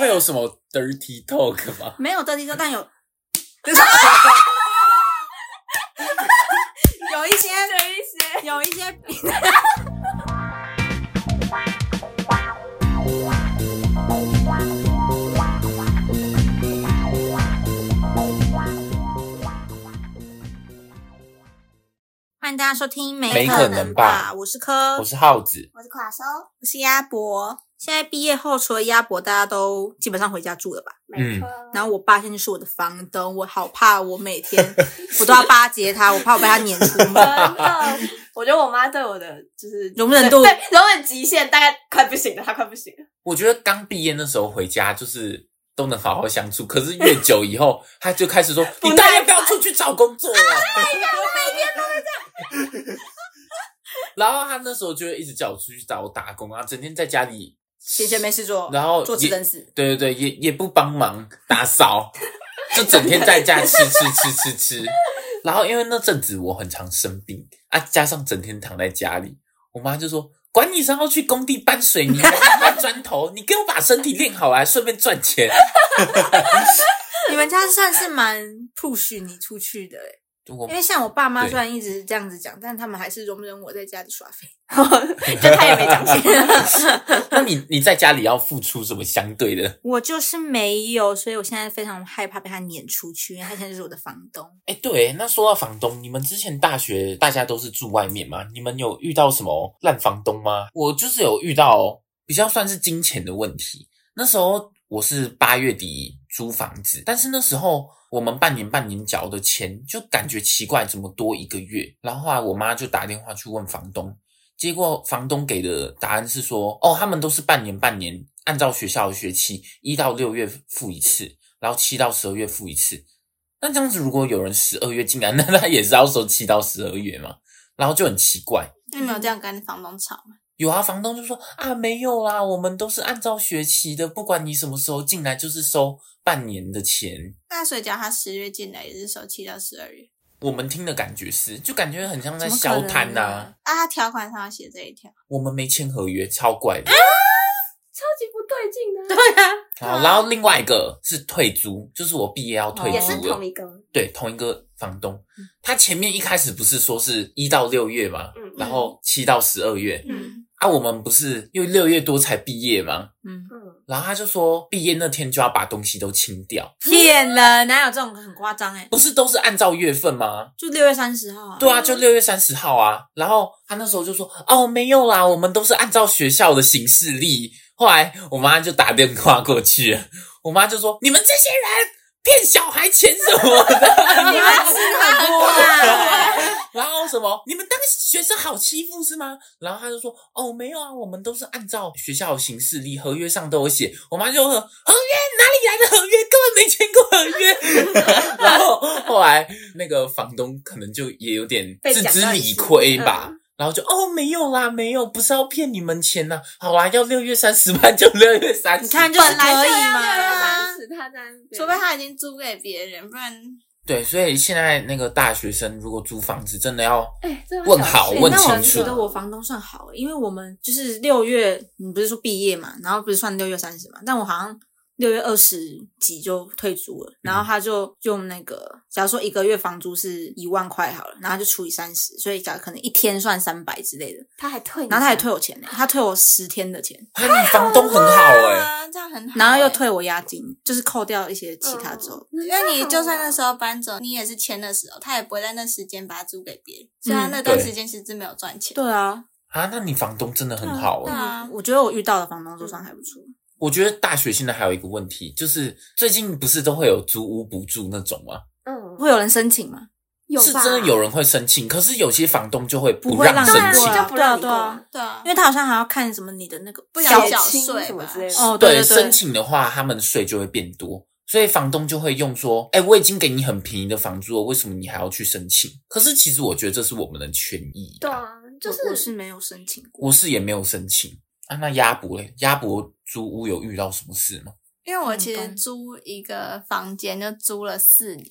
会有什么 dirty talk 吗？没有得体说，但有有一些有有一些一些，欢迎大家收听《没没可可能能吧我是柯我，是耗子，我是垮手，我是鸭脖。现在毕业后，除了鸭脖，大家都基本上回家住了吧？嗯没错。然后我爸现在是我的房东，我好怕我 每天我都要巴结他，我怕我被他撵出门。真的，我觉得我妈对我的就是容忍度对容忍极限大概快不行了，她快不行了。我觉得刚毕业那时候回家就是都能好好相处，可是越久以 后，他就开始说：“不你耐大家不哎要出去找工作啊 了。” 然后他那时候就会一直叫我出去找打工啊，整天在家里，闲闲没事做，然后做吃也等死。对对对，也也不帮忙打扫，就整天在家吃吃吃吃吃。然后因为那阵子我很常生病啊，加上整天躺在家里，我妈就说：“管你是要去工地搬水泥、还是搬砖头，你给我把身体练好啊，顺便赚钱。你们家算是蛮 push 你出去的、欸，就我 因为像我爸妈对虽然一直这样子讲，但他们还是容忍我在家里耍废。 就她也没讲 清，那你你在家里要付出什么相对的？我就是没有，所以我现在非常害怕被他撵出去，因为他现在就是我的房东。哎，对，那说到房东，你们之前大学大家都是住外面吗？你们有遇到什么烂房东吗？我就是有遇到比较算是金钱的问题。那时候我是八月底租房子，但是那时候我们半年半年缴的钱就感觉奇怪，怎么多一个月？然后后来我妈就打电话去问房东，结果房东给的答案是说，哦，他们都是半年半年，按照学校的学期，一到六月付一次，然后七到十二月付一次。那这样子，如果有人十二月进来，那他也是要收七到十二月嘛？然后就很奇怪。你没有这样跟房东吵吗？有啊，房东就说啊，没有啦，我们都是按照学期的，不管你什么时候进来，就是收半年的钱。那所以讲他十月进来也是收七到十二月，我们听的感觉是，就感觉很像在怎么可消能摊呐、啊啊，她条款上写这一条，我们没签合约，超怪的。超级不对啊劲的。好，然后另外一个是退租，就是我毕业要退租也了，是同一个吗，对同一个房东。他前面一开始不是说是一到六月嘛，嗯嗯然后七到十二月嗯啊，我们不是因为六月多才毕业嘛，嗯，嗯，然后他就说毕业那天就要把东西都清掉，骗了，哪有这种很夸张哎？不是都是按照月份吗？就六月三十号、啊，对啊，就六月三十号啊。然后他那时候就说：“哦，没有啦，我们都是按照学校的行事历。”后来我妈就打电话过去了，我妈就说：“你们这些人骗小孩钱什么 你们的吃很多 啊！？”然后什么？你们当学生好欺负是吗？然后他就说：“哦，没有啊，我们都是按照学校的行事历，合约上都有写。”我妈就说：“合约哪里来的合约？根本没签过合约。” 然后后来那个房东可能就也有点被自讲知到一理次亏吧。嗯然后就哦，没有啦，没有，不是要骗你们钱呐、好啦，要六月三十万就六月三十，你看，就是本可来以就要六月嘛三。十，她在那边，除非他已经租给别人，不然对，所以现在那个大学生如果租房子，真的要哎，这要问小好心问那我清觉楚得我房东算好欸，因为我们就是六月，你不是说毕业嘛，然后不是算六月三十嘛，但我好像六月二十几就退租了，然后他就用那个，假如说一个月房租是一万块好了，然后他就除以三十，所以假如可能一天算三百之类的，她还退你钱，然后他也退我钱、欸，他退我十天的钱，啊，你房东很好 哎、啊，这样很好。然后又，退我押金，就是扣掉一些其他周。哦嗯，那你就算那候时候搬走，你也是签的时候，哦他也不会在那时间把它租给别人，所以他那段时间其实没有赚嗯钱。对啊，啊，那你房东真的很好哎、对啊嗯我觉得我遇到的房东都算还不错。我觉得大学现在还有一个问题，就是最近不是都会有租屋补助那种吗？嗯，会有人申请吗？有是吧真的有人会申请，可是有些房东就会不会让让申对啊，请。过就不让你对啊对过啊对啊因，为他好像还要看什么你的那个不小想缴清税什么吧之类的哦，对对对对申请的话，他们税就会变多，所以房东就会用说：“哎、我已经给你很便宜的房租了，为什么你还要去申请？”可是其实我觉得这是我们的权益、对，啊，就我我是是没有申请过，我是也没有申请啊。那鸭脖嘞？鸭脖租屋有遇到什么事吗？ 因为我其实租一个房间就租了四年，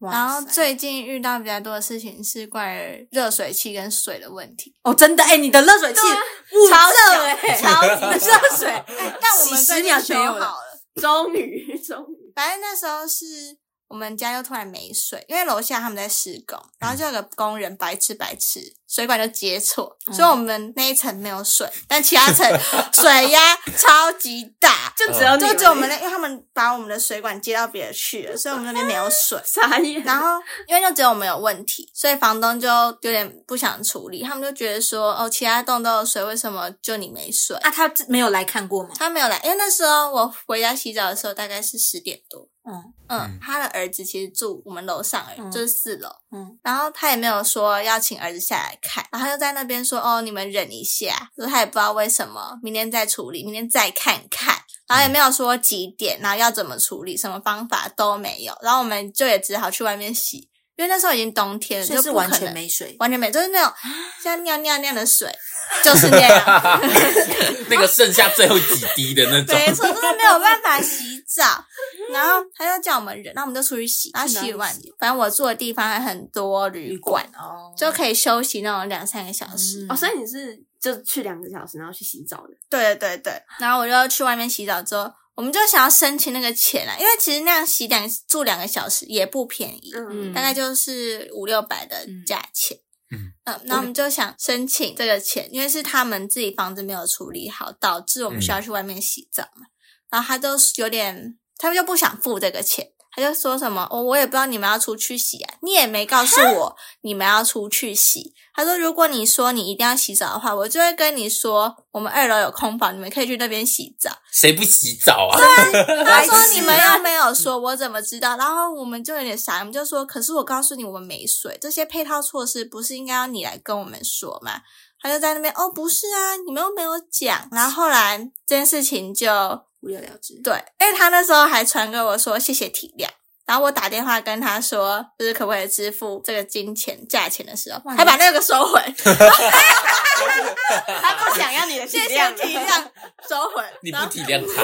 哇然后塞最近遇到比较多的事情是关于热水器跟水的问题，哦真的哎、你的热水器对啊捂超热小哎，超级热水， 哎但我们几最十近秒修没有好了，了，终于，终于，反正那时候是我们家又突然没水，因为楼下他们在施工，然后就有个工人白痴白痴，水管就接错，嗯所以我们那一层没有水，但其他层 水压超级大，就只有啊你就而已。只有我们那，因为他们把我们的水管接到别的去了，所以我们那边没有水傻眼，然后，因为就只有我们有问题，所以房东就有点不想处理。他们就觉得说，哦，其他栋都有水，为什么就你没水？啊，他没有来看过吗？他没有来，因为那时候我回家洗澡的时候大概是十点多。嗯嗯嗯，他的儿子其实住我们楼上而已，嗯就是四楼。嗯，然后他也没有说要请儿子下来看，然后他就在那边说：“哦，你们忍一下。”就是他也不知道为什么，明天再处理，明天再看看。然后也没有说几点，然后要怎么处理，什么方法都没有。然后我们就也只好去外面洗，因为那时候已经冬天了，所以就是不可完全能没水。完全没，就是那种像尿尿那样的水，就是那 样。那个剩下最后几滴的那种，没错，真的没有办法洗澡。然后他就叫我们忍，那我们就出去洗。然后洗完，反正我住的地方还很多旅馆，哦，就可以休息那种两三个小时。嗯哦，所以你是就去两个小时，然后去洗澡的，对对对，然后我就去外面洗澡之后，我们就想要申请那个钱啊啦，因为其实那样洗两住两个小时也不便宜，嗯，大概就是五六百的嗯价钱。嗯嗯，那我们就想申请这个钱，因为是他们自己房子没有处理好，导致我们需要去外面洗澡嘛。然后他就有点，他们就不想付这个钱，他就说什么：“哦，我也不知道你们要出去洗啊，你也没告诉我你们要出去洗。”他说：“如果你说你一定要洗澡的话，我就会跟你说，我们二楼有空房，你们可以去那边洗澡。”谁不洗澡啊？ 他说你们 又没有说，我怎么知道？然后我们就有点傻，我们就说，可是我告诉你，我们没水，这些配套措施不是应该要你来跟我们说吗？他就在那边，哦，不是啊，你们又没有讲。然后后来这件事情就不了了之。对，因为他那时候还传给我说谢谢体谅。然后我打电话跟他说，就是可不可以支付这个金钱价钱的时候哇，他把那个收 回，他不想要你的谢体谢体谅，谅，收回。你然不后体谅他，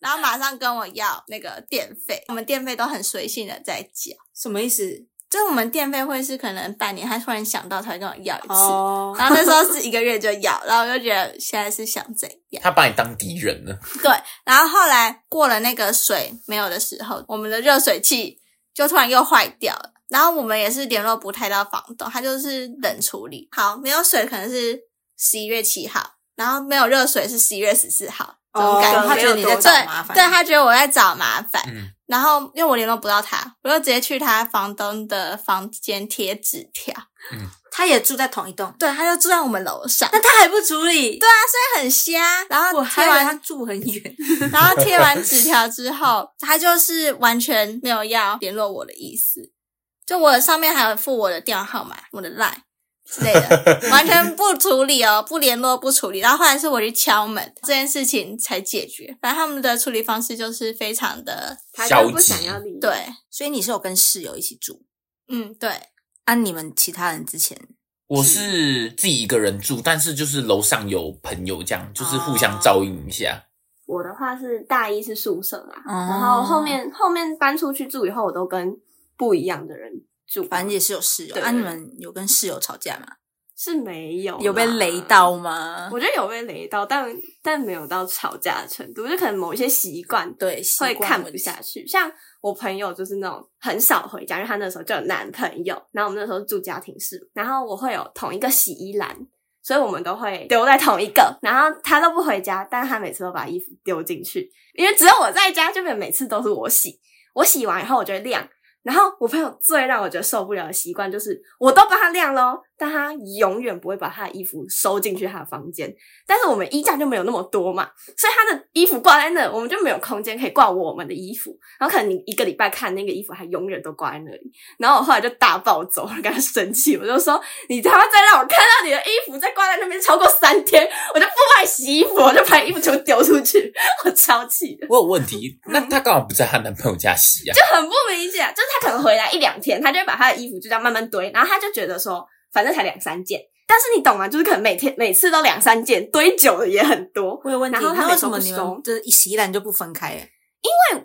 然后马上跟我要那个电费，我们电费都很随性的在缴，什么意思？就我们电费会是可能半年，他突然想到才会跟我要一次，哦，然后那时候是一个月就要，然后我就觉得现在是想怎样？他把你当敌人了。对，然后后来过了那个水没有的时候，我们的热水器就突然又坏掉了。然后我们也是联络不太到房东，他就是冷处理。好，没有水可能是十一月七号，然后没有热水是十一月十四号，这种哦感觉。他觉得你在找麻烦对，对他觉得我在找麻烦。嗯，然后因为我联络不到他，我就直接去他房东的房间贴纸条。他也住在同一栋，对，他就住在我们楼上，那他还不处理？对，啊他很瞎。然后我贴还以为他完，住很远。然后贴完纸条之后，他就是完全没有要联络我的意思。就我上面还有附我的电话号码、我的 line 之类的，完全不处理哦，不联络、不处理。然后后来是我去敲门，这件事情才解决。反正他们的处理方式就是非常的他消就不极想要理，对，，所以你是有跟室友一起住？嗯，对。啊，你们其他人之前我是自己一个人住，但是就是楼上有朋友，这样就是互哦相照应一下。我的话是大一是宿舍啊，哦然后后面后面搬出去住以后，我都跟不一样的人住，反正也是有室友。对啊，你们有跟室友吵架吗？是没有啦有被雷。到吗？我觉得有被雷到，但但没有到吵架的程度，就可能某一些习惯对，会习惯看问不题下去。像我朋友就是那种很少回家，因为她那时候就有男朋友，然后我们那时候住家庭式，然后我会有同一个洗衣篮，所以我们都会丢在同一个，然后她都不回家，但她每次都把衣服丢进去，因为只有我在家，就每次都是我洗，我洗完以后我就会晾。然后我朋友最让我觉得受不了的习惯就是，我都帮他晾喽，但他永远不会把他的衣服收进去他的房间。但是我们衣架就没有那么多嘛，所以他的衣服挂在那，我们就没有空间可以挂我们的衣服。然后可能你一个礼拜看那个衣服，还永远都挂在那里。然后我后来就大暴走，我就跟他生气，我就说：“你他妈再让我看到你的衣服再挂在那边超过三天，我就不买洗衣服，我就把衣服全部丢出去。” 我超气的，我有问题，那嗯她干嘛不在她男朋友家洗啊？就很不理解。就是他可能回来一两天，他就会把他的衣服就这样慢慢堆，然后他就觉得说，反正才两三件。但是你懂吗？就是可能每天每次都两三件，堆久了也很多。我有问题，然后他那每为次什都不么你收们这一洗衣篮就不分开？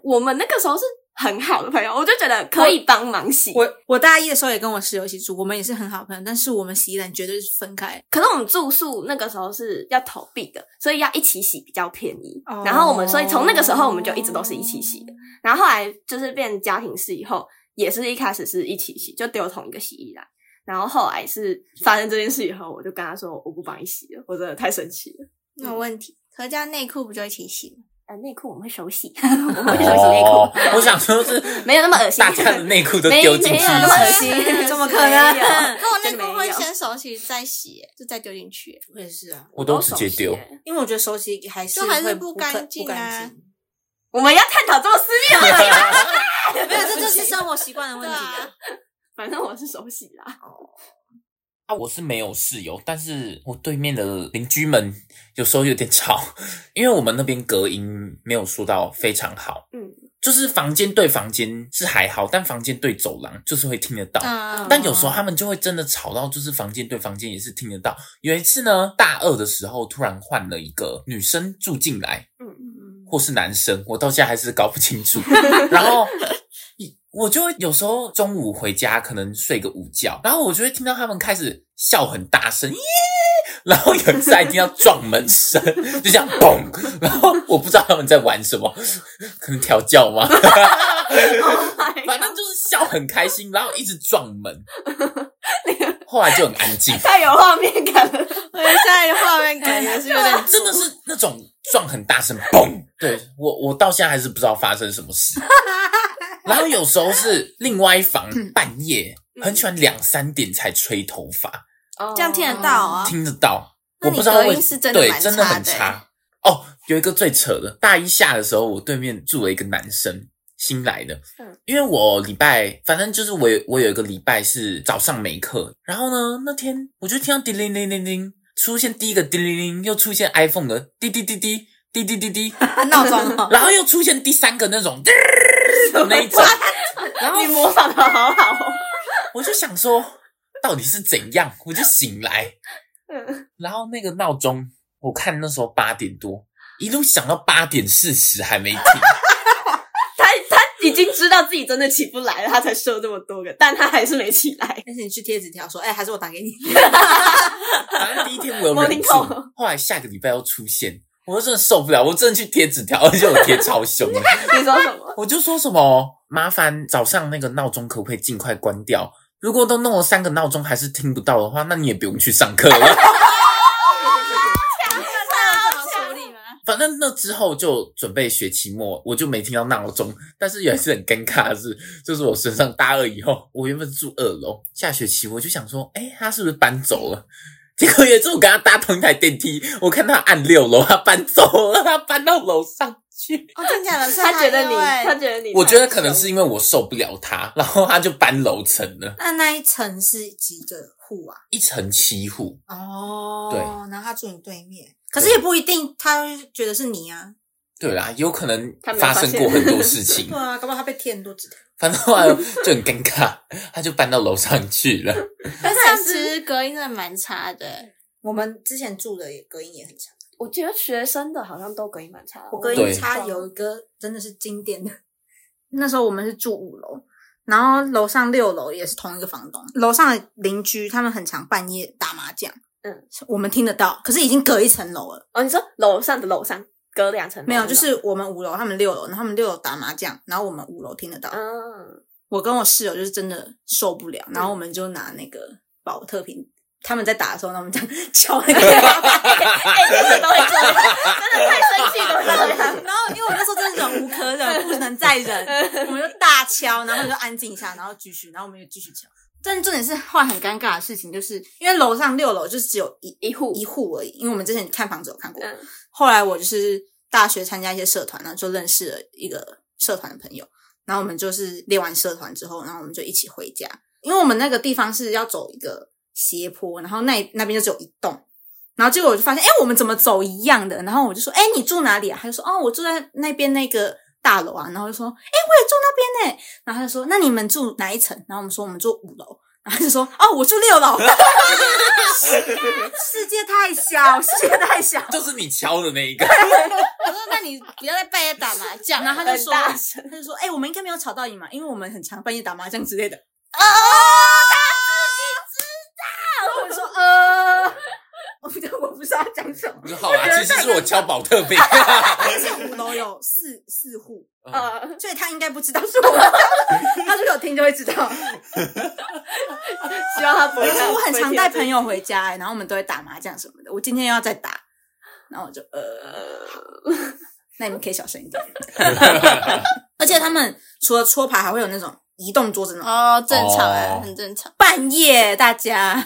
我们那个时候是很好的朋友，我就觉得可以帮忙洗。我我大一的时候也跟我室友一起住，我们也是很好的朋友，但是我们洗衣篮绝对是分开。可是我们住宿那个时候是要投币的，所以要一起洗比较便宜。哦然后我们所以从那个时候我们就一直都是一起洗的。然后后来就是变家庭式以后，也是一开始是一起洗，就丢同一个洗衣篮。然后后来是发生这件事以后，我就跟他说我不帮你洗了，我真的太生气了。没有问题。可是这样内裤不就一起洗吗？呃，内裤我们会手 洗，我们会手洗内裤，哦我想说是没有那么恶心大。家的内裤都 没丢没进去有那么恶了， 心，怎么可能没 有可我内真的裤没会有先手洗再洗耶，就再丢进去耶。我也是啊，我都直接丢手洗。因为我觉得手洗还是就还是会不不干干净啊净 我们要探讨这么私密的问题吗？没有，这 就是生活习惯的问题。啊，反正我是手洗啦。 啊，我是没有室友，但是我对面的邻居们有时候有点吵，因为我们那边隔音没有说到非常好，嗯，就是房间对房间是还好，但房间对走廊就是会听得到。嗯，但有时候他们就会真的吵到，就是房间对房间也是听得到。有一次呢，大二的时候突然换了一个女生住进来，嗯或是男生，我到现在还是搞不清 楚。然后我就会有时候中午回家，可能睡个午觉，然后我就会听到他们开始笑很大声，耶！然后有一次还听到撞门声，就这样嘣。然后我不知道他们在玩什么，可能调教吗？反正就是笑很开心，然后一直撞门，后来就很安静。 太有画面感了，我现在的画面感觉是有 点真的是那种撞很大声，嘣！对我，我到现在还是不知道发生什么事。然后有时候是另外一房半夜，很喜欢两三点才吹头发，哦这样听得到 啊。听得到。那我你不知道隔为音是真的对蛮真的差很的欸差哦。有一个最扯的，大一下的时候，我对面住了一个男生，新来的。嗯因为我礼拜，反正就是我有我有一个礼拜是早上没课，然后呢那天我就听到叮铃铃铃铃出现第一个叮铃铃，又出现 iPhone 的滴滴滴滴滴滴滴滴，啊闹钟哦， 然后又出现第三个那 种的那一种，然后你模仿的好好哦。我就想说到底是怎样，我就醒来，嗯然后那个闹钟，我看那时候八点多，一路响到八点四十还没停。他他已经知道自己真的起不来了，他才设这么多个，但他还是没起 来。但是你去贴纸条说，哎，还是我打给你。反正第一天我有莫忍名住痛，后来下个礼拜又出现，我就真的受不了，我真的去贴纸条，而且我贴超凶的，你说什么？我就说什么麻烦早上那个闹钟可不可以尽快关掉？如果都弄了三个闹钟还是听不到的话，那你也不用去上课了。啊那他有怎么处理吗？反正那之后就准备学期末，我就没听到闹钟。但是有一次很尴尬的是， 就是我升上大二以后，我原本住二楼，下学期我就想说，哎、他是不是搬走了？ 结果有一次我跟他搭同一台电梯，我看他按六楼，他搬走了，他搬到楼上去。哦，真假 的是他觉得你，因为他觉得你，我觉得可能是因为我受不了他，然后他就搬楼层了，那那一层是几个户啊？一层七户。哦，对，然后他住你对面，可是也不一定，他会觉得是你啊。对啦，有可能他没有发发生现过很多事情对，啊，搞不好他被贴很多纸条。反正后来就很尴尬，他就搬到楼上去了。 但是这样其实隔音真的蛮差的。我们之前住的也隔音也很差，我觉得学生的好像都隔音蛮差的。我隔对音差有一个真的是经典的。 那时候我们是住五楼，然后楼上六楼也是同一个房东，楼上的邻居他们很常半夜打麻将，嗯，我们听得到，可是已经隔一层楼了。哦，你说楼上的楼上隔两层楼，没有，就是我们五楼，他们六楼，然后他们六楼打麻将，然后我们五楼听得到。嗯，我跟我室友就是真的受不了，然后我们就拿那个保特瓶，他们在打的时候，那我们这样 敲那个， 哎，真的都会这 样，真的太生气都会这样。然后因为我那时候真的忍无可忍，不能再忍，我们就大敲，然后就安静一下，然后继续，然后我们就继续敲。但是重点是，后来很尴尬的事情，就是因为楼上六楼就只有一一户一户而已，因为我们之前看房子有看过。嗯后来我就是大学参加一些社团，然后就认识了一个社团的朋友，然后我们就是练完社团之后，然后我们就一起回家，因为我们那个地方是要走一个斜坡，然后那那边就只有一栋。然后结果我就发现，哎，我们怎么走一样的？然后我就说，哎，你住哪里啊？他就说，哦，我住在那边那个大楼啊。然后我就说，哎，我也住那边呢。然后他就说，那你们住哪一层？然后我们说，我们住五楼。然后就说哦，我住六楼，世界太小，世界太 小。就是你敲的那一个，我说那你不要在半夜打 麻将，然后他就说，很他大声就说，哎、我们应该没有吵到你嘛，因为我们很常半夜打麻将之类的。哦，然后我就说，呃，我不知道，我不知道要讲什么我。说 好啦，啊其实是我敲保特瓶。而且五楼有四四户，嗯呃，所以他应该不知道是我 们的。他如果有听就会知 道。希望他不会而这且样。我很常带朋友，友回家、欸，然后我们都会打麻将什么的。我今天又要再打，然后我就呃，那你们可以小声一点。而且他们除了搓牌，还会有那种移动桌子那种。哦， 正常啊，哦很正常。半夜大家，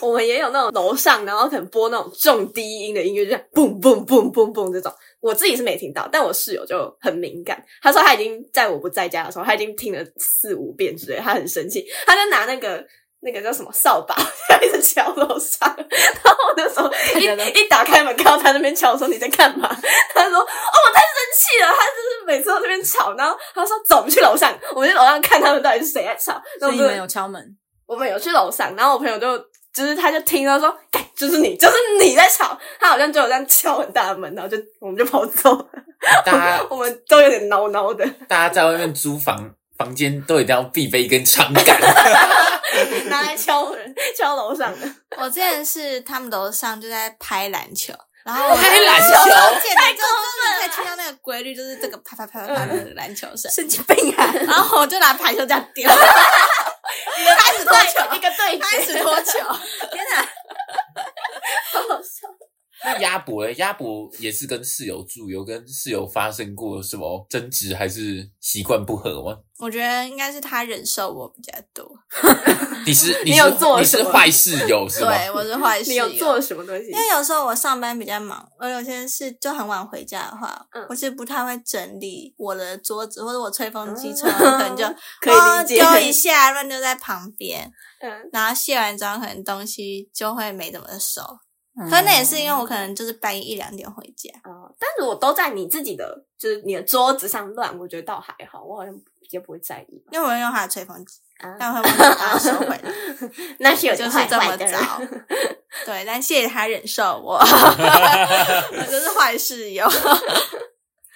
我们也有那种楼上，然后可能播那种重低音的音乐，就这样嘣嘣嘣嘣嘣这种。我自己是没听到，但我室友就很敏感。他说他已经在我不在家的时候，他已经听了四五遍之类，他很生气，他就拿那个。那个叫什么扫把， 一直敲楼上，然后我那时候一一打开门，看到他那边敲，我说你在干嘛？ 他说哦，我太生气了，他就是每次都在那边吵，然后他说走，我们去楼上，我们去楼上看他们到底是谁在吵。那所我以们你就们有敲门，我们有去楼上，然后我朋友就就是他就听到说，干就是你，就是你在吵，他好像就有这样敲很大的门，然后就我们就跑走 了，大家我们都有点挠挠的，大家在外面租房房间都一定要必备一根长杆。拿来敲人，敲楼 上的，我之前是他们楼上就在拍篮球，然后我拍篮球而且你就真的可以听到那个规律，就是这个啪啪啪啪啪的篮球声。神经病啊！ 然后我就拿排球这样丢，开始拖对，一个球，对开决，始拖 球，天哪，好笑那 鸭脖欸嘞？鸭脖也是跟室友住，有跟室友发生过什么争执还是习惯不合吗？我觉得应该是他忍受我比较多，你是 你有是做你什是么坏室友是吗？对我是坏室你友有。做什么东西因？为有时候我上班比较忙，我有些事就很晚回家的话，嗯我是不太会整理我的桌子或者我吹风机嗯吹完可能就 可以理解哦、丢一下，乱丢在旁边，嗯，然后卸完妆可能东西就会没怎么收。嗯嗯可那也是因为我可能就是半夜一两点回家，哦，但如果都在你自己的，就是你的桌子上乱，我觉得倒还好，我好像比较不会在意。因为我会用他的吹风机，啊，但我会把它收回来。那是有就点是坏这坏么的人， 糟。对，但谢谢他忍受我，我就是坏室友。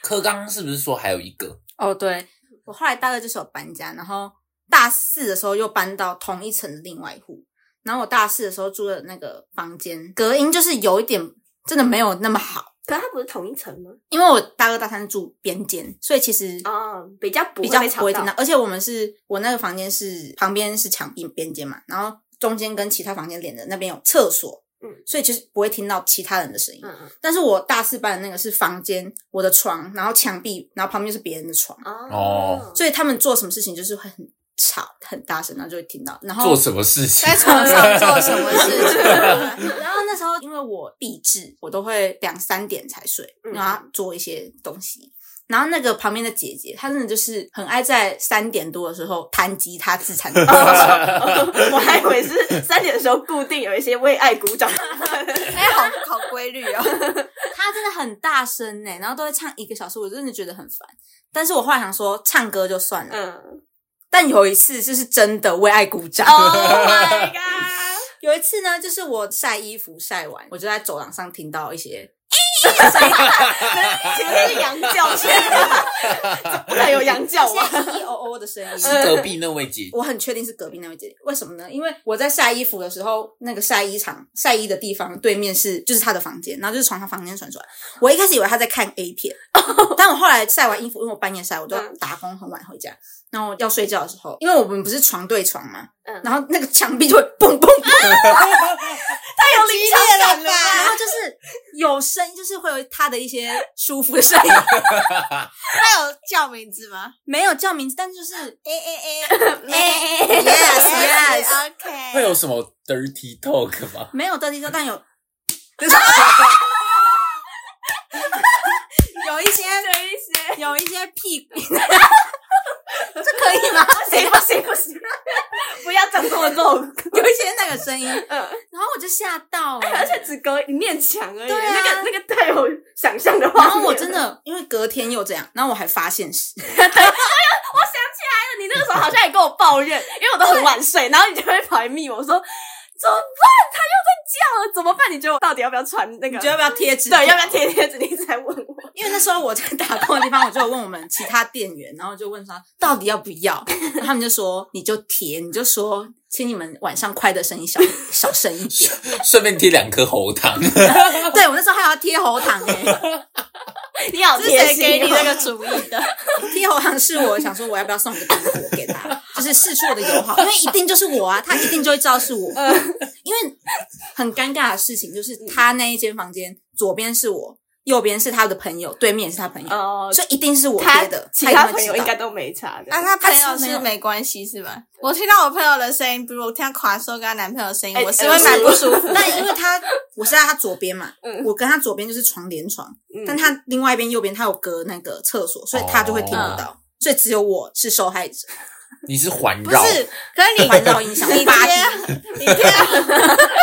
柯刚刚是不是说还有一个？哦，对，我后来大二就是有搬家，然后大四的时候又搬到同一层的另外一户。然后我大四的时候住的那个房间，隔音就是有一点真的没有那么好，可是它不是同一层吗？因为我大二大三住边间，所以其实哦，比较不比较被不吵会听到。而且我们是我那个房间是旁边是墙壁边间嘛，然后中间跟其他房间连着，那边有厕所，嗯所以其实不会听到其他人的声音。嗯嗯但是我大四班的那个是房间，我的床，然后墙壁，然后旁边就是别人的床。嗯哦所以他们做什么事情就是会很吵、很大声，然后就会听到。哦然后做什么事情在？床上做什么事 情？然后那时候因为我闭智，我都会两三点才睡，嗯然后做一些东西。然后那个旁边的姐姐，她真的就是很爱在三点多的时候弹吉他自残自 己。哦 我还以为是三点的时候固定有一些为爱鼓掌，哎，好好规律哦。她真的很大声呢、然后都会唱一个小时，我真的觉得很烦。但是我后来想说，唱歌就算了。嗯但有一次就是真的为爱鼓掌。 Oh my my god！有一次呢，就是我晒衣服晒完，我就在走廊上听到一些，其实是羊叫声， 不能有羊叫啊！一哦哦的声 音。是隔壁那位 姐姐我很确定是隔壁那位姐姐，为什么呢？因为我在晒衣服的时候，那个晒衣场晒衣的地方对面是就是她的房间，然后就是从她房间传出来。我一开始以为她在看 A 片，哦但我后来晒完衣服，因为我半夜晒，我就嗯打工很晚回家，然后要睡觉的时候，因为我们不是床对床嘛，嗯然后那个墙壁就会砰砰 砰，太有激烈了然吧？后就是有声音，就是会有她的一些舒服的声音， 他有叫名字吗没有叫名字，但就是？A A A A Yes, yes. OK。会有什么 dirty talk 吗？没有得体说，但有 有一 些一些，有一些屁股，这可以吗？不行不行不行， 不要讲这么露骨。有一些那个声音， 嗯，然后我就吓到 而了。且只隔一面墙而已，对啊那个那个太有想象哦的画然面。后我真，的，因为隔天又这样，然后我还发现是，我想起来了， 你那个时候好像也跟我抱怨，因为我都很晚睡，然后你就会跑来密我说怎么办？他又在叫了，怎么办？你觉得我到底要不要传那个？你觉得要不要贴纸？对，要不要？贴贴纸？你一直在问我，因为那时候我在打工的地方，我就有问我们其他店员，然后就问他到底要不 要，然后他们就说你就贴，你就说请你们晚上快的声音小小声一点。顺便贴两颗喉糖。 对我那时候还要贴喉糖哎、 你好是贴谁心、哦。给你这个主意的？贴喉糖是我想说我要不要送个糖果给 他，就是试出我的友好，因为一定就是我啊，他一定就会知道是我。嗯因为很尴尬的事情就是他那一间房间左边是我，右边是他的朋友，对面也是他朋友， 哦，所以一定是我他贴的。其他一定朋会友知应道该都没差的。那 他朋友他是没是有没关系是吗？我听到我朋友的声音，比如我听到垮的时候跟他男朋友的声音，哎我是会蛮不舒服的。那因为他我是在他左边嘛，嗯我跟他左边就是床连床，嗯但他另外一边右边他有隔那个厕所，所以他就会听不到，哦所以只有我是受害者，你是环不绕，是，可是你环绕音 响你八 D，贴 你贴，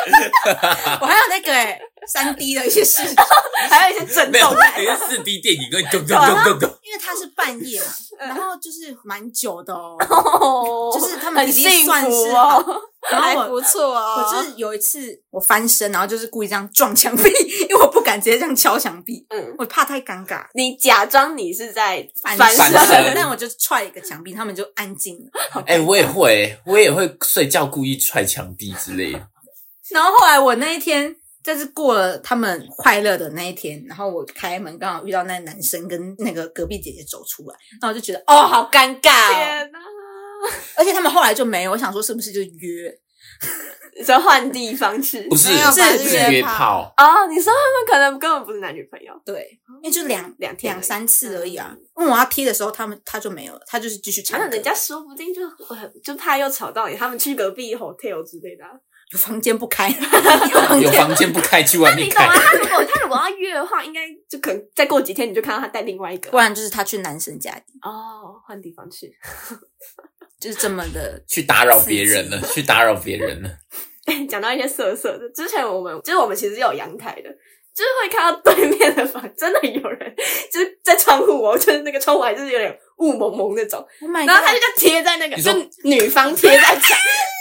我还有那个哎三 D 的一些事情， 还有一些震没有动，， 你是四 D 电影，跟咚咚咚咚咚。因为他是半夜嘛，然后就是蛮久的哦，哦就是他们很已经幸算是福 好哦。然还后不我。错我哦。就是有一次我翻身，然后就是故意这样撞墙壁，因为我不敢直接这样敲墙壁，嗯，我怕太尴尬。你假装你是在翻翻身身，但我就踹一个墙壁，他们就安静了。哎、我也会，我也会睡觉故意踹墙壁之类的。然后后来我那一天就是过了他们快乐的那一天，然后我开门刚好遇到那男生跟那个隔壁姐姐走出来，然后我就觉得哦好尴尬、哦， 天哪！而且他们后来就没有，我想说是不是就约？你说换地方去不是，没有吧是是是约约炮炮。哦？你说他们可能根本不是男女朋友，对，因为就两哦两天而已两三次而已啊。问我要贴的时候，他们他就没有了，他就是继续唱然歌。后人家说不定就呃就怕又吵到你，他们去隔壁 hotel 之类的啊。有房间不 开，有房有间房间不开，去外面你懂开吗？。他如果他如果要约的话，应该就可能再过几天你就看到他带另外一不个然就是他去男生家里，哦，换地方去。就是这么的 去打扰别人了，去打扰别人了。 讲到一些色色的，之前我们就是我们其实有阳台的，就是会看到对面的房真的有人就是在窗户哦，就是那个窗户还是有点雾蒙蒙那种， ，Oh my 然后他就 god！就贴在那个，你就说女方贴在 墙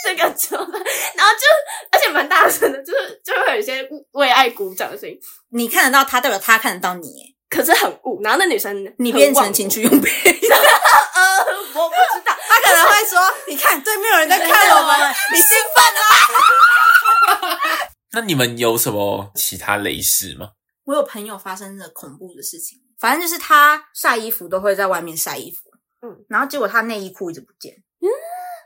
那个桌上，然后就而且蛮大声的，就是就会有一些为爱鼓掌的声音，你看得到他，代表他看得到你耶，可是很雾。然后那女生你很变忘成情趣用品。 呃，我 不知道，啊他可能会说：“你看，对面有人在看我 们，你兴奋了吗那你们有什么其他雷事吗？？”我有朋友发生了恐怖的事情，反正就是他晒衣服都会在外面晒衣服，嗯嗯，然后结果他内衣裤一直不见，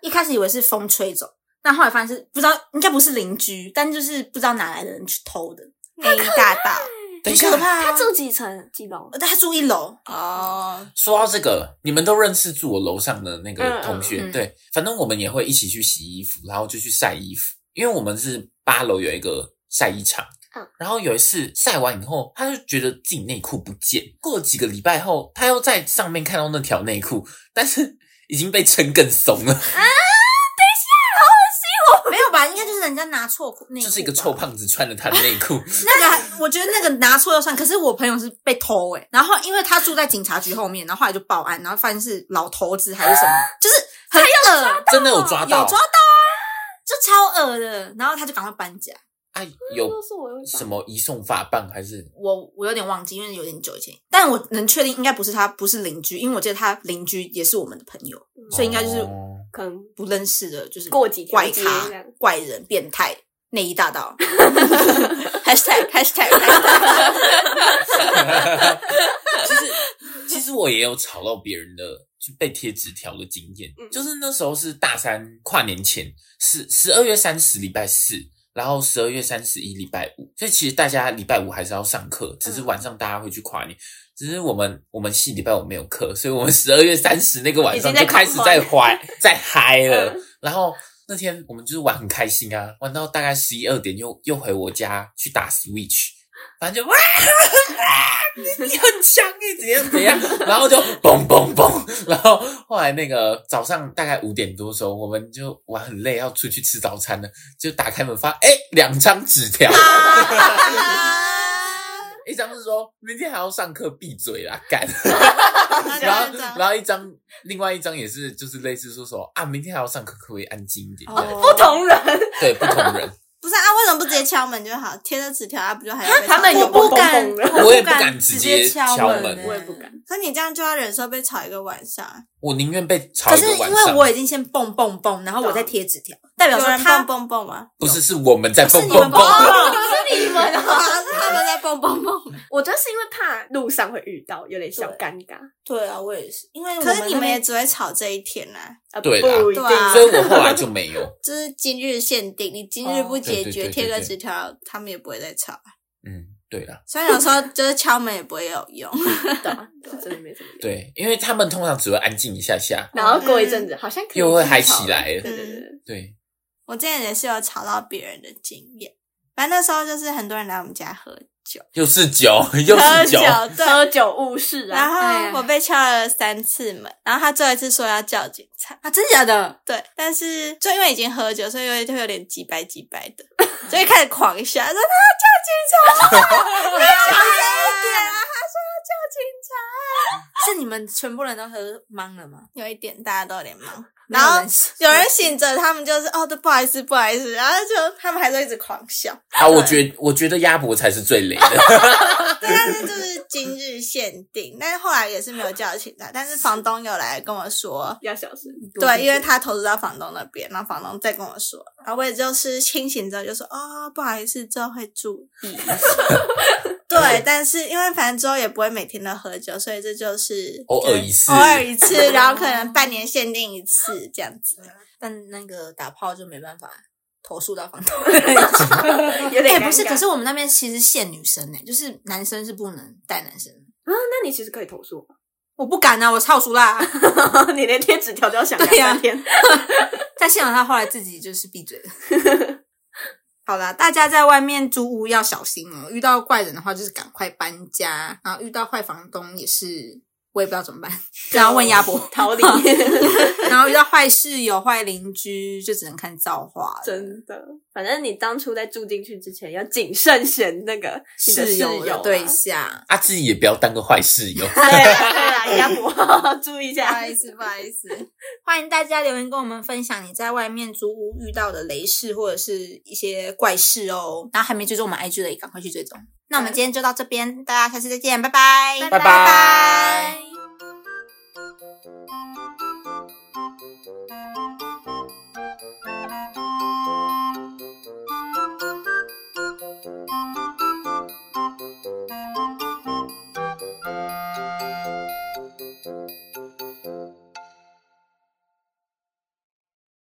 一开始以为是风吹走，但后来发现是不知道，应该不是邻居，但就是不知道哪来的人去偷的，内衣大盗等一很下可，怕、啊。几层几楼？他住一楼，哦，说到这个，你们都认识住我楼上的那嗯个嗯同学，嗯对，反正我们也会一起去洗衣服，然后就去晒衣服，因为我们是八楼有一个晒衣场。嗯然后有一次晒完以后，他就觉得自己内裤不见。过了几个礼拜后，他又在上面看到那条内裤，但是已经被撑更松了，没有吧？应该就是人家拿错裤，内裤吧就是一个臭。胖子穿了他的内 裤。那个我觉得那个拿错就算，可是我朋友是被偷哎、然后因为他住在警察局后面，然后后来就报案，然后发现是老头子还是什么，就是很恶，真的有抓到有抓到啊，就超恶的，然后他就赶快搬家。啊，有是我用什么移送法办还是我我有点忘记，因为有点久以前，但我能确定应该不是他，不是邻居，因为我记得他邻居也是我们的朋友，所以应该就是哦可能不认识的，就是过几条怪街咖这样、怪人、变态、内衣大盗。 #hashtag hashtag hashtag 其实我也有吵到别人的，就被贴纸条的经验。嗯就是那时候是大三跨年前，十十二月三十礼拜四，然后十二月三十一礼拜五，所以其实大家礼拜五还是要上课，只嗯是晚上大家会去跨年。只是我们我们系礼拜五没有课，所以我们十二月三十那个晚上已经在就开始狂欢在嗨在 嗨了嗯。然后那天我们就是玩很开心啊，玩到大概十一二点又又回我家去打 Switch，反正就哇。 你很强哎、怎样怎样， 然后就嘣嘣嘣，然后后来那个早上大概五点多的时候，我们就玩很累，要出去吃早餐了，就打开门发，哎、两张纸条，啊一张是说明天还要上课，闭嘴啦，干， 对然后对对，然后一张，另外一张也是就是类似说什么啊，明天还要上课，可不可以安静一点？哦这样不同人，嗯对，不同 人，不是啊，为什么不直接敲门就好？贴着纸条啊，不就还有被他们吵有我不敢蹦蹦蹦，我也不不敢直直接敲敲门欸我也不敢。可你这样就要忍受被吵一个晚上，我宁愿被吵可一是个因晚为上。我已经先蹦蹦蹦，然后我再贴纸条，代表有说人他蹦蹦蹦吗？不是，是我们在不是蹦你们蹦蹦。蹦蹦不是你们啊，是他们在蹦蹦蹦。我觉得是因为怕路上会遇到，有点小尴尬。对啊，我也是，因为可可是你们也只会吵这一天呐、啊对啦不一定对啊所以我后来就没有。就是今日限定，你今日不解决，哦对对对对贴个纸条，他们也不会再吵。嗯，对啦，虽然有时候就是敲门也不会有用， 对啊这真的没什么用。对，因为他们通常只会安静一下下。然后过一嗯阵子好像可以又会嗨继续吵起来对了对对对，对，我之前也是有吵到别人的经验。反正那时候就是很多人来我们家喝酒，又是酒，又喝是酒。对。喝酒误事然啊。哎后我被敲了三次门，然后他最后一次说要叫警察，啊，真的假的？对，但是就因为已经喝酒，所以有就有点急白急白 的，所以开始狂笑，说他要叫警察，我要小声一点啊，他是你们全部人都喝懵了吗？说要叫警察，有一点大家都有点 忙。没有然后人醒有人醒着，他们就是哦，对，不好意思，不好意思，然后就他们还是一直狂 笑，啊，我觉我觉得鸭脖才是最雷的。对但是就是今日限定。但是后来也是没有叫警察，但是房东有来跟我说，要小声，对，因为他投资到房东那边，然后房东再跟我说，然后我也就是清醒之后就说哦，不好意思，之后会注意。 对，但是因为反正之后也不会每天都喝酒，所以这就是偶尔一次偶尔一次，然后可能半年限定一次这样子。但那个打炮就没办法投诉到房东。有哎、点不是，尴尬可是我们那边其实限女生呢、欸就是男生是不能带男生。啊，那你其实可以投诉，我不敢啊，我超熟啦。 你连贴纸条都要想对啊两三天。但幸好他后来自己就是闭嘴了。 好啦，大家在外面租屋要小心哦，遇到怪人的话就是赶快搬家，然后遇到坏房东也是，我也不知道怎么办，然后问鸭脖逃离， 然后遇到坏室友、坏邻居，就只能看造化了。 真的。反正你当初在住进去之前要谨慎选那个你的室友友啊的对象，啊，自己也不要当个坏室友。 对啊啦对啦，鸭脖 注意一不好下。意思，不好意思。欢迎大家留言跟我们分享你在外面租屋遇到的雷事或者是一些怪事哦。然后还没追踪我们 IG 的，也赶快去追踪。那我们今天就到这边，大家下次再见，拜拜，拜拜拜